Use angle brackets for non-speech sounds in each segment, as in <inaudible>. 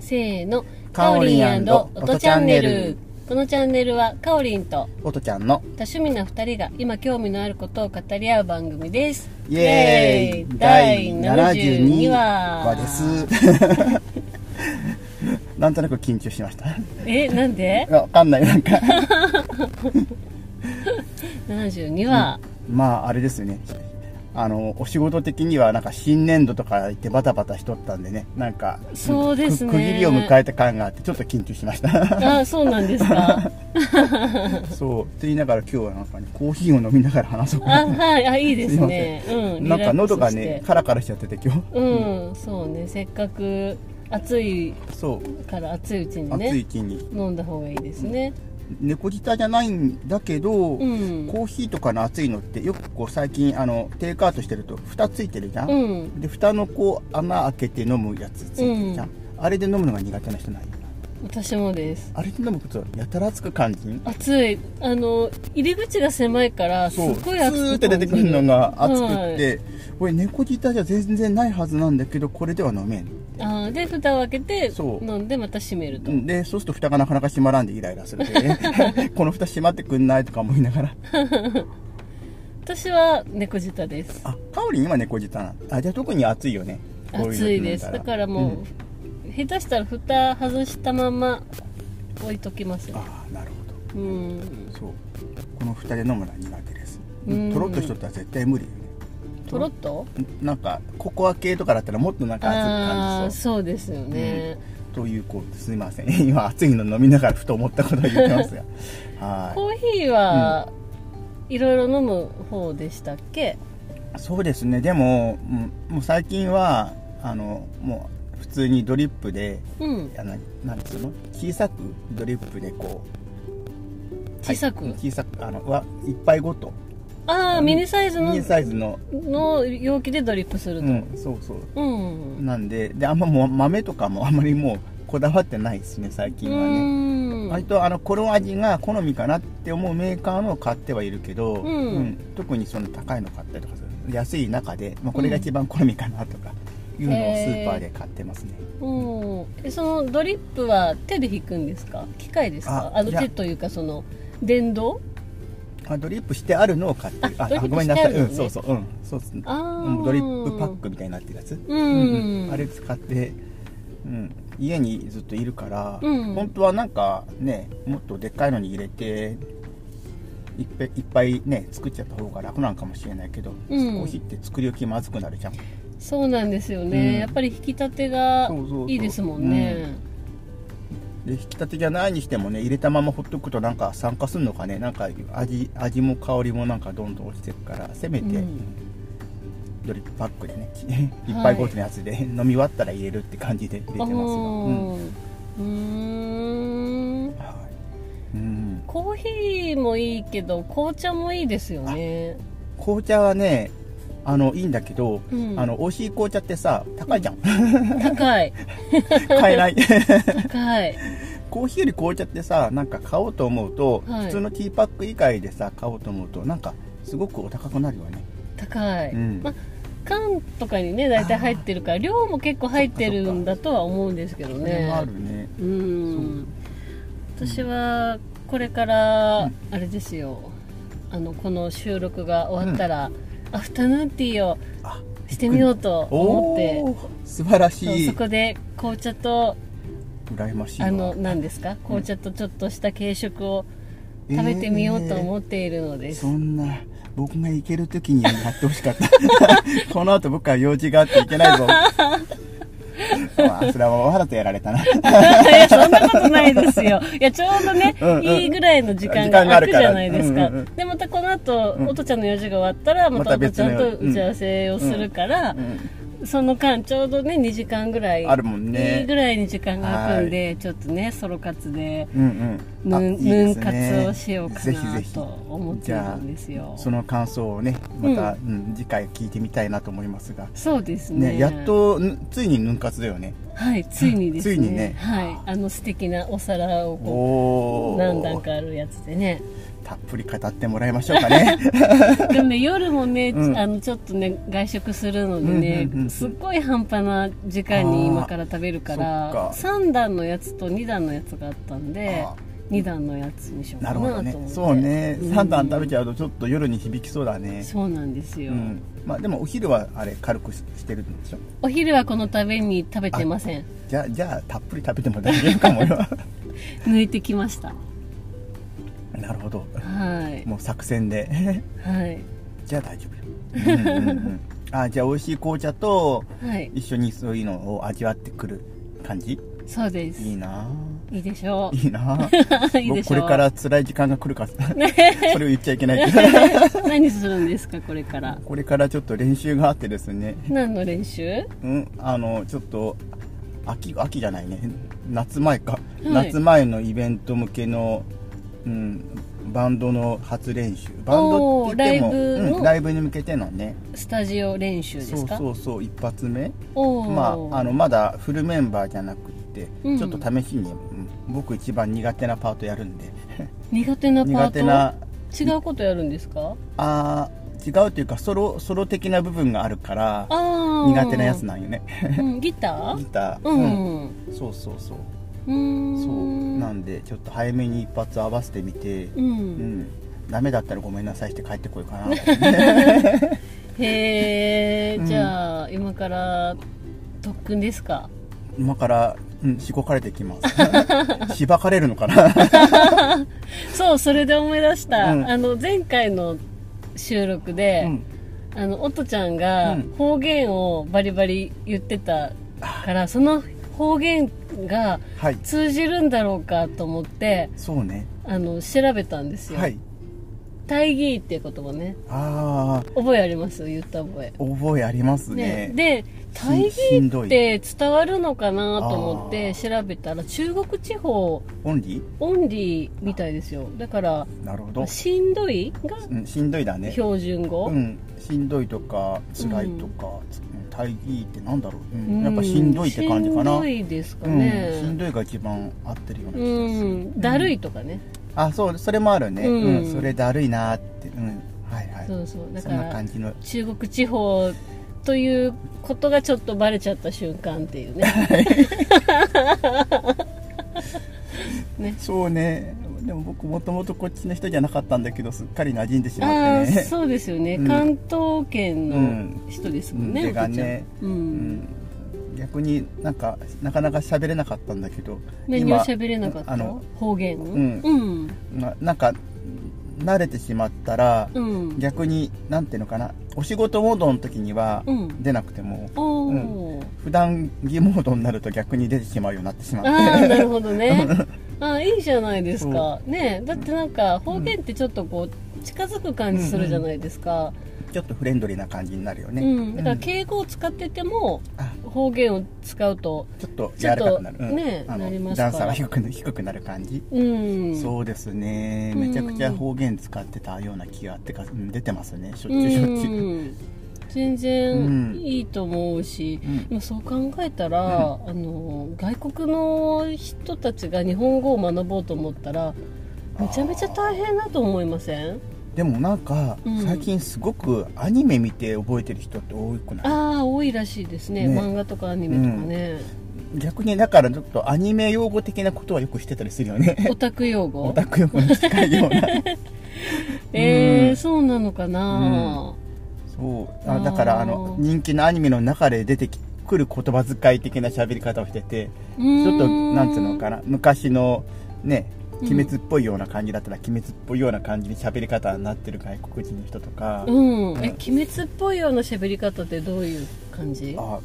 せーの、かおりんお音とチャンネル。このチャンネルは、かおりんと、おとちゃんの多趣味な二人が今興味のあることを語り合う番組です。イエーイ第第72 72話話です <laughs> なんとなく緊張しました <laughs> いえ、なんでやわかんないな <laughs> んか ?72 話。まああれですよねあのお仕事的にはなんか新年度とか言ってバタバタしとったんでねなんかそうですねく区切りを迎えた感があってちょっと緊張しまし <laughs> たあ、そうなんですか。そうって言いながら今日はなんか、ね、コーヒーを飲みながら話そうかあ、なはい、あ、いいですね。うん、なんか喉がリラッねクスしカラカラしちゃってて今日て。うん、そうね、せっかく暑いそうから暑いうちに暑ねい、気に飲んだ方がいいですね。猫舌じゃないんだけど、うん。コーヒーとかの熱いのってよくこう最近あのテイクアウトしてると蓋ついてるじゃん、うん。で蓋のこう穴開けて飲むやつついてるじゃん、あれで飲むのが苦手な人ない私もですあれで飲むことやたら熱く感じん暑いあの入り口が狭いからすっスごい暑ーっくて感出じてくるのが熱くって、これ猫舌じゃ全然ないはずなんだけどこれでは飲めんあーで蓋を開けてそう飲んでまた閉めると、でそうすると蓋がなかなか閉まらんでイライラするでね <laughs> この蓋閉まってくんないとか思いながら私は猫舌ですあカオリン今猫舌なんあじゃあ特に熱いよねこううの暑いですだからうもんう、下手したら蓋外したまま置いときますああなるほどうんそうこの二人飲むのは苦手ですうんとろっとしとったら絶対無理よねとろっとなんかココア系とかだったらもっとなんか熱くああ感ーじそそうですよね、うということですいません <laughs> 今熱いの飲みながらふと思ったことを言ってま <laughs> すがはコーヒーは、いろいろ飲む方でしたっけいそうですねでも、うん、もう最近はあのもう普通にドリップでうんあのなんつうの小さくドリップでこう小さく、はい小さくあのわ一杯ごとああミニサイズのミニサイズの、の容器でドリップするうと、ん、そうそううん。なんでであんまもう豆とかもあんまりもうこだわってないですね最近はんね割とあのこの味が好みかなって思うメーカーのを買ってはいるけど、うん特にその高いの買ったりとかする安い中で、まあ、これが一番好みかなとかいうのをスーパーで買ってますね、うんえそのドリップは手で引くんですか機械ですかああのいや手というかその電動あドリップしてあるのを買ってるああドリップごめんなさい、してあるのうんねそうそううんそうっすねあうーんドリップパックみたいになってるやつ、うんあれ使って、うん、家にずっといるから、うん本当はなんかねもっとでっかいのに入れていっぺいっぱいね作っちゃった方が楽なんかもしれないけど、うんコーヒーって作り置きまずくなるじゃんそうなんですよね、うんやっぱり引き立てがそうそうそういいですもんねで引き立てじゃないにしてもね入れたままほっとくとなんか酸化するのかねなんか味味も香りもなんかどんどん落ちてくからせめて、うんドリップパックでね <laughs> いっぱいごとのやつで、飲み終わったら入れるって感じで入れてあますが、うんーうーんはいうん、コーヒーもいいけど紅茶もいいですよね紅茶はねあのいいんだけど、うんあの美味しい紅茶ってさ高いじゃん <laughs> 高い買えない <laughs> 高いコーヒーより紅茶ってさなんか買おうと思うと、はい普通のティーパック以外でさ買おうと思うとなんかすごくお高くなるよね高い、うんまあ缶とかにね大体入ってるから量も結構入ってるんだとは思うんですけどそれねもあるねうん私はこれから、あれですよあのこの収録が終わったら、アフタヌーンティーをあしてみようと思っておー素晴らそうしいそこで紅茶と羨ましいわあの何ですか紅茶とちょっとした軽食を食べてみようと思っているのです、そんな僕が行ける時にやってほしかった <laughs> この後僕は用事があって行けないぞ <laughs> わあそれはわざとやられたないや、 <laughs> そんなことないですよ。いや、ちょうどね、うんうんいいぐらいの時間時が間が空あくるじからゃないですか。うんうんうんで、またこの後、うんおとちゃんの用事が終わったら、またおまたとちゃんと別の打ち合わせをするから、うんその間、ちょうどね、2時間ぐらい。あるもんねいいぐらいに時間が空くんで、ちょっとね、ソロ活で、うんうんぬあんいいでぬんす活ねをしようかぜひなぜひと思っているんですよ。その感想をねまた、うん次回聞いてみたいなと思いますが、そうですね。ね、やっ、とぬついにヌン活だよねはい、ついにですね。ついにねはい、あの素敵なお皿をこおう、お何段かあるやつでね。たっぷり語ってもらいましょうかねで <laughs> もね夜もね、 <laughs> うんあのちょっとね外食するのでね、うんうんうんうんすっごい半端な時間に今から食べるからあーそ3段のやつと2段のやつがあったんで <laughs> あ2段のやつにしようなかなとるほ思どってねそうね3段食ゃべちゃうとちょっと夜に響きそうだねそうなんですよ、うんまあでもお昼はあれ軽くししてるんでしょお昼はこのために食べてませんじゃあじゃあたっぷり食べても大丈夫か <laughs> もよ抜いてきましたなるほどはいもう作 <laughs> 戦ではいじゃあ大丈夫よ、うんうんうん、あじゃあ美味しい紅茶とはい一緒にそういうのを味わってくる感じそうですいいなあいいでしょういいなあ <laughs> いいで僕しこょうれから辛い時間が来るから <laughs> それを言っちゃいけないけ何するんですかこれからどこれからちょっと練習があってですね何の練習うん、あのちょっと秋秋じゃないね夏前か、い夏前のイベント向けの、うん、バンドの初練習バンドって言ってもおーライブのうん、ライブに向けてのねスタジオ練習でそすうかそうそう一発目おーまあ、あのまだフルメンバーじゃなくって、うんちょっと試しに、うん僕一番苦手なパートやるんで苦手なパート苦手な違うことやるんですかあー違うというかソロソロ的な部分があるからあー苦手なやつなんよねうんギタギーター、うんうん、うんそうそうそううーんそうなんでちょっと早めに一発合わせてみて、ううんんダメだったらごめんなさいして帰ってこようかな <laughs> へえうんじゃあ今から特訓ですか今から、うん、しごかれてきま <laughs> すしばかれるのかなそうそれで思い出した、うんあの前回の収録で、うんあの音ちゃんがうん方言をバリバリ言ってたから、その方言がはい通じるんだろうかと思ってそうねあの調べたんですよ、はい大義っていう言葉ねああ覚えあります言った覚え、覚えありますねでし大しん義どいって伝わるのかなと思っあて調べたら中国地方オンリオンリーみたいですよだからーなるほど、しんどいがうん、しんどいだね標準語、うんしんどいとか辛いとか、つうん、大義ってなんだろう、うんうやっぱしんどいって感じかなしんどいですかうん、しんねどいが一番合ってるようなう気がする、んだるいとかねあそうそれもあるね、うんうんそれだるいなーって、うん、はいはいそうそうだそかんなら感じの中国地方ということがちょっとバレちゃった瞬間って <laughs> いうねそうねでも僕もともとこっちの人じゃなかったんだけどすっかり馴染んでしまあっあてねそうですよね、うん関東圏の人ですもんね、うんお父ちゃん手がねう、うんん逆になんかなかなか喋れなかったんだけど何を喋れなかったあの方言んうんななんか慣れてしまったら、うん逆になんていうのかなお仕事モードの時にはうん出なくても、おお、普段着モードになると逆に出てしまうようになってしまってああなるほどね <laughs> ああいいじゃないですかそねえだってなんか方言ってちょっとこう近づく感じするじゃないですか、ちょっとフレンドリーな感じになるようね、んだからうん敬語を使っててもあ方言を使うとちょっと柔らかくなる、ちょっとねあなりのます段から差が低く低くなる感じ、うんそうですねうんめちゃくちゃ方言使ってたような気がってか、うん出てますねしょっちゅうしょっちゅう、うん全うん然いいと思うし、うんでもそう考えたら、あの外国の人たちが日本語を学ぼうと思ったらめちゃめちゃ大変だと思いませんでもなんか、うん最近すごくアニメ見て覚えてる人って多くないああ多いらしいですねね漫画とかアニメとかね、逆にだからちょっとアニメ用語的なことはよくしてたりするよねオタク用オ語タク用語に近いよう <laughs> なえうー、んそうなのかな、そうあだからあのあー人気のアニメの中で出てきくる言葉遣い的な喋り方をしててうーん、ちょっと、なんつうのかな、昔のね、うん鬼滅っぽいような感じだったら、鬼滅っぽいような感じに喋り方になってる外国人の人とか、うん、うんえ鬼滅っぽいような喋り方ってどういう感じあ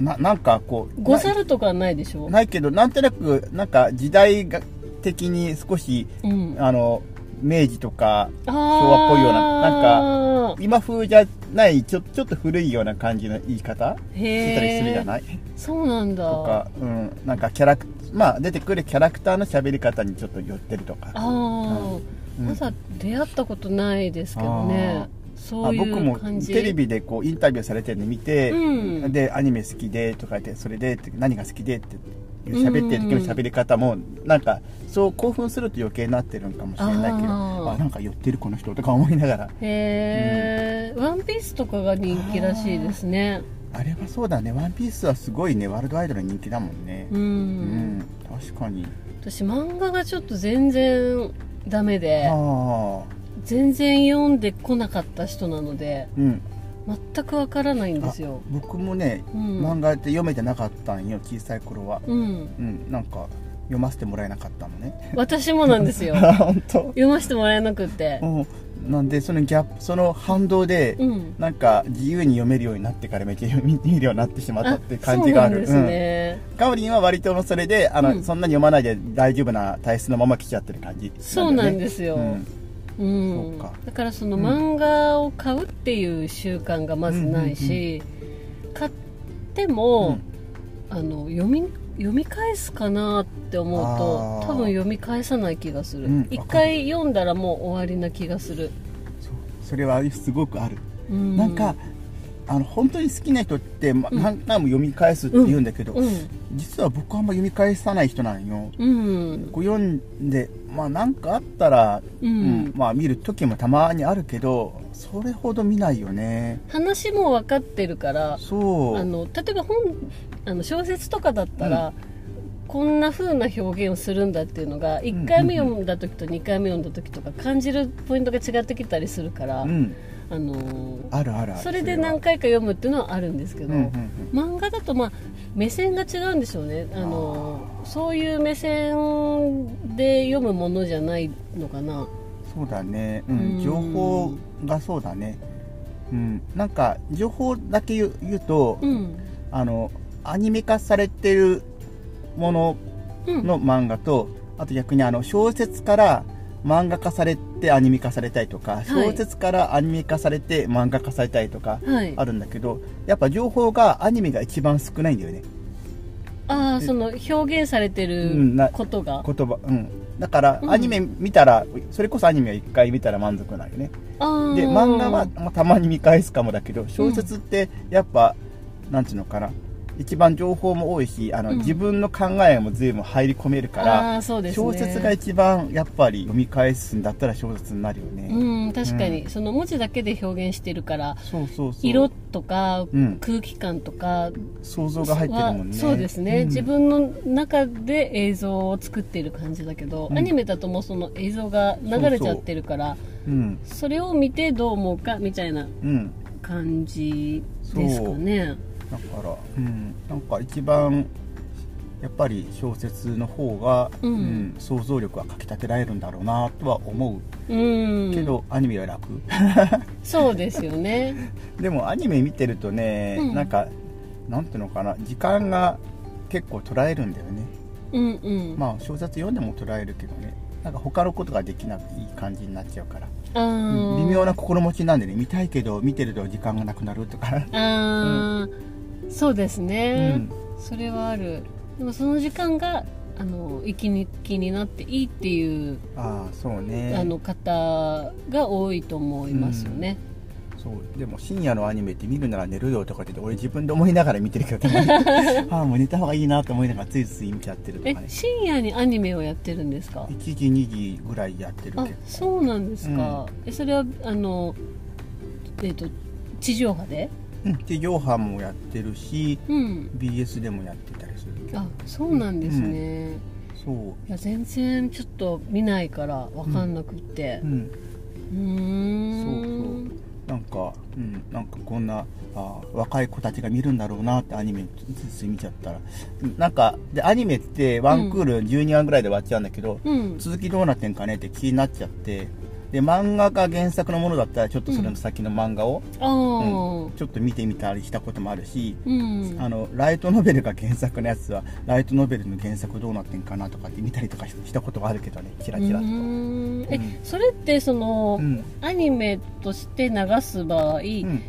ななんかこう、ござるとかはないでしょなないけど、なんとなく、なんか時代が的に少し、うん、あの、明治とか、昭和っぽいようななんか今風じゃない、ちょちょっと古いような感じの言い方してたりするじゃいないそうなんだとか、うん、なんかキャラク、まあ出てくるキャラクターの喋り方にちょっと寄ってるとか。あー、うんまだ出会ったことないですけどねそういあ僕もう感じテレビでこうインタビューされてるの見て、うんでアニメ好きでとか言ってそれでって何が好きでってけど喋ってる時の喋り方もなんかそう興奮すると余計なってるのかもしれないけあどーあなんか寄ってるこの人とか思いながらへえ、ワンピースとかが人気らしいですねあれはそうだね「ワンピースはすごいねワールドアイドル人気だもんねうん、うん、確かに私漫画がちょっと全然ダメあであ全然読んでこなかった人なのでうん全くわからないんですよ僕もね、うん漫画って読めてなかったんよ小さい頃はうんうんなんか読ませてもらえなかったのね私もなん <laughs> ですよあ本当読ませてもらえなくってうんなんでそのギャップその反動で、うんなんか自由に読めるようになってからめっちゃ読み見るようになってしまったっていう感そうじがなあんるですね、うん、かおりんは割とそれであうの、んそんなに読まないで大丈夫な体質のまま来ちゃってる感じそうなんですすよ、うん、そうかだからそのうん漫画を買うっていう習慣がまずないし、買っても、あの読み読み返すかなって思うあーと多分読み返さない気がするうん一、わかる回読んだらもう終わりな気がする、そうそれはすごくある、うなんかあの本当に好きな人って、ま、うん何回も読み返すって言うんだけど、うん実は僕はあんま読み返さない人なんようんこう読んでまあ何かあったら、うんうんまあ見る時もたまにあるけどそれほど見ないよね話も分かってるからそうあの例えば本あの小説とかだったら、こんな風な表現をするんだっていうのが1回目読んだ時と2回目読んだ時とか感じるポイントが違ってきたりするから、うんあのーあるあるあるそれでは何回か読むっていうのはあるんですけど、うんうんうん漫画だと、まあ、目線が違うんでしょうね、あのーそういう目線で読むものじゃないのかな。そうだね、ううんん、情報がそうだねうんなんか情報だけ言う言うと、うんあのアニメ化されてるものうんの漫画と、あと逆にあの小説から漫画化されてアニメ化されたりとかい小説からアニメ化されて漫画化されたりとかはい、ああるんだけど、やっぱ情報がアニメが一番少ないんだよねあーその表現されてうんるなことが、言葉うんだからうんアニメ見たら、それこそアニメは1回見たら満足なんよねあーで漫画は、まあ、たまに見返すかもだけど小説ってやっぱ、なんていうのかな一番情報も多いしあの、うん自分の考えも随分入り込めるからあーそうですね小説が一番やっぱり読み返すんだったら小説になるよね、うん確かに、うその文字だけで表現してるからそうそうそう色とかうん空気感とか想像が入ってるもはんねそうですね、ん自分の中で映像を作ってる感じだけど、うんアニメだともうその映像が流れちゃってるからそうんれを見てどう思うかみたいなうん感じですかねだからうんなんか一番やっぱり小説の方が、うんうん想像力はかきたてられるんだろうなとは思ううんけど、アニメは楽 <laughs> そうですよねでもアニメ見てるとね、うんなんかなんていうのかな時間が結構捉えるんだよねうんうん、まあ小説読んでも捉えるけどねなんか他のことができなくいい感じになっちゃうからあー微妙な心持ちなんでね見たいけど見てると時間がなくなるとか、あー、そうですうね、ん、それはあるでもその時間があの息抜きになっていいっていう、ああそうねあの方が多いと思いますよね、そうでも深夜のアニメって見るなら寝るよとかって言って俺自分で思いながら見てるけどたまに <laughs> ああもう寝た方がいいなと思いながらついつい見ちゃってるとえかね深夜にアニメをやってるんですか1時2時ぐらいやってるあけどそうなんですか、えそれはあのえっ、と地上波でうんでヨーハンもやってるしうん BS でもやってたりするけどあそうなんですね、そういや全然ちょっと見ないから分かんなくってうんうーんそうなんか、うん、なんかこんなあ若い子たちが見るんだろうなってアニメついつい見ちゃったらうんなんかでアニメってワンクール12話ぐらいで終わっちゃうんだけど、うん続きどうなってんかねって気になっちゃってで漫画が原作のものだったらちょっとそれの先の漫画を、ああちょっと見てみたりしたこともあるし、うん、あのライトノベルが原作のやつはライトノベルの原作どうなってんかなとかって見たりとかしたことはあるけどねチラチラうと。ーうんえ、うんそれってその、んアニメとして流す場合、うん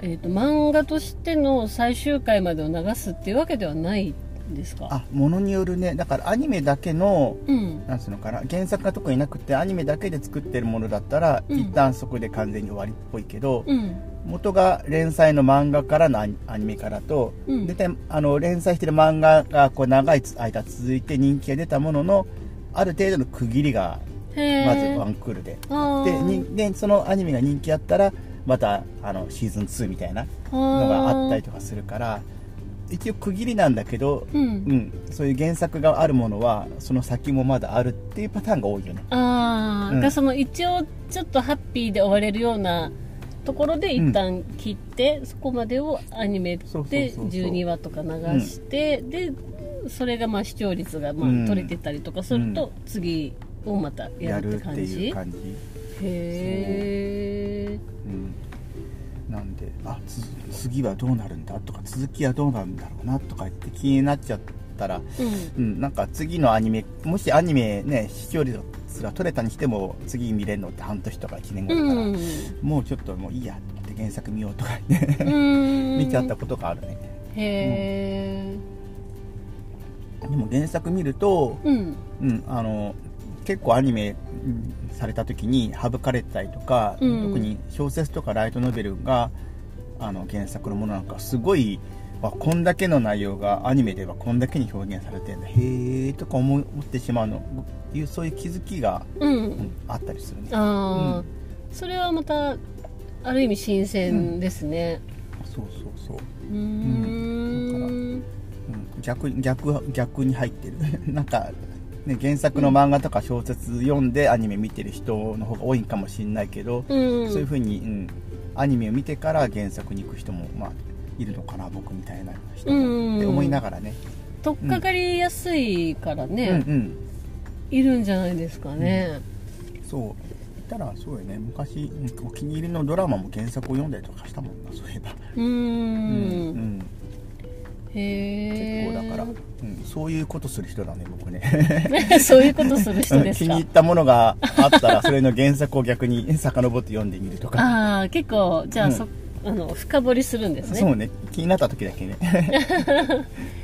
えー、と漫画としての最終回までを流すっていうわけではないですかあものによるねだからアニメだけのうんなんつうのかな原作が特になくてアニメだけで作ってるものだったら、うん一旦そこで完全に終わりっぽいけど、うん元が連載の漫画からのアニアニメからと、うん大体あの連載してる漫画がこう長い間続いて人気が出たもののある程度の区切りがへえまずワンクールで、あでーにでそのアニメが人気あったらまたあのシーズン2みたいなのがあったりとかするから一応区切りなんだけど、う、うんん、そういう原作があるものはその先もまだあるっていうパターンが多いよねああ、うんがその一応ちょっとハッピーで終われるようなところで一旦切って、そこまでをアニメでそうそうそうそう12話とか流して、でそれがまあ視聴率がまうんあ取れてたりとかすると、次をまたややるっるって感てじいう感じ、へえうん、なんであつ次はどうなるんだとか続きはどうなるんだろうなとかって気になっちゃったら、うんうん、なんか次のアニメもしアニメね視聴率が取れたにしても次見れるのって半年とか1年後だから、うんもうちょっともういいやって原作見ようとかね <laughs> うん見ちゃったことがあるねへえでも原作見ると、うんうん、あの結構アニメうんされた時に省かれたりとか、うん特に小説とかライトノベルがあの原作のものなんかすごいあこんだけの内容がアニメではこんだけに表現されてるんだへえとか思い思ってしまうのいうそういう気づきが、ううんんあったりするねああ、うんそれはまたある意味新鮮ですね、そうそうそう、うーんうん、逆に逆逆に入ってる <laughs> なんか、ね、原作の漫画とか小説読んでアニメ見てる人の方が多いんかもしれないけど、うんそういうふうに、うん、アニメを見てから原作に行く人も、まあ、いるのかな僕みたいな人も、うんって思いながらね、取っかかりやすいからうんね、うん、いるんじゃないですかね、そう言ったらそうよね昔うんお気に入りのドラマも原作を読んだりとかしたもんなそういえば、うーんうんへうんえ結構だから、うん、そういうことする人だね僕ねらそういうことする人で <laughs> 気すにか入ったものがあったらそれの原作を逆に遡って読んでみるとかああ結構じゃあ,、うんそあの深掘りするんですそねうね気になった時だ <laughs> けね、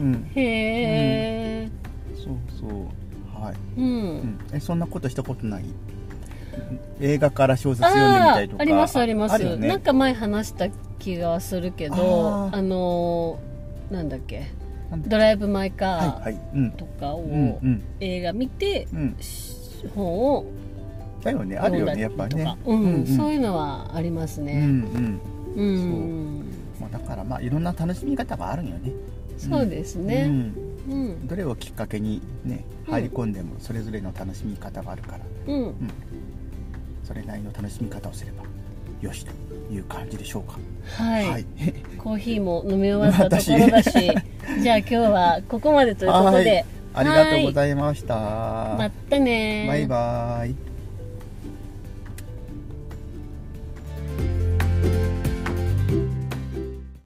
うん、へえそうそうはいうん、うんえそんなことしたことない映画から小説あ読んでみたりとーかありますあります、るよねなんか前話した気がするけどあーあのーなんだっけなんだドライブ・マイ・はカいはいうんーとかを、うんうん映画見てうん本をだよねある読んよだりねやっとか、ぱねうんそういいうのはありますうんうねんうん、まあだからまあいろんな楽しみ方があるんよねそうですうねんうんどれをきっかけにねうん入り込んでもそれぞれの楽しみ方があるからうん、それなりの楽しみ方をすればよしという感じでしょうかはい、はいコーヒーも飲み終わったところだしじゃあ今日 <laughs> はこ <laughs> こまでということでありがとうございましたまったねーバイバイ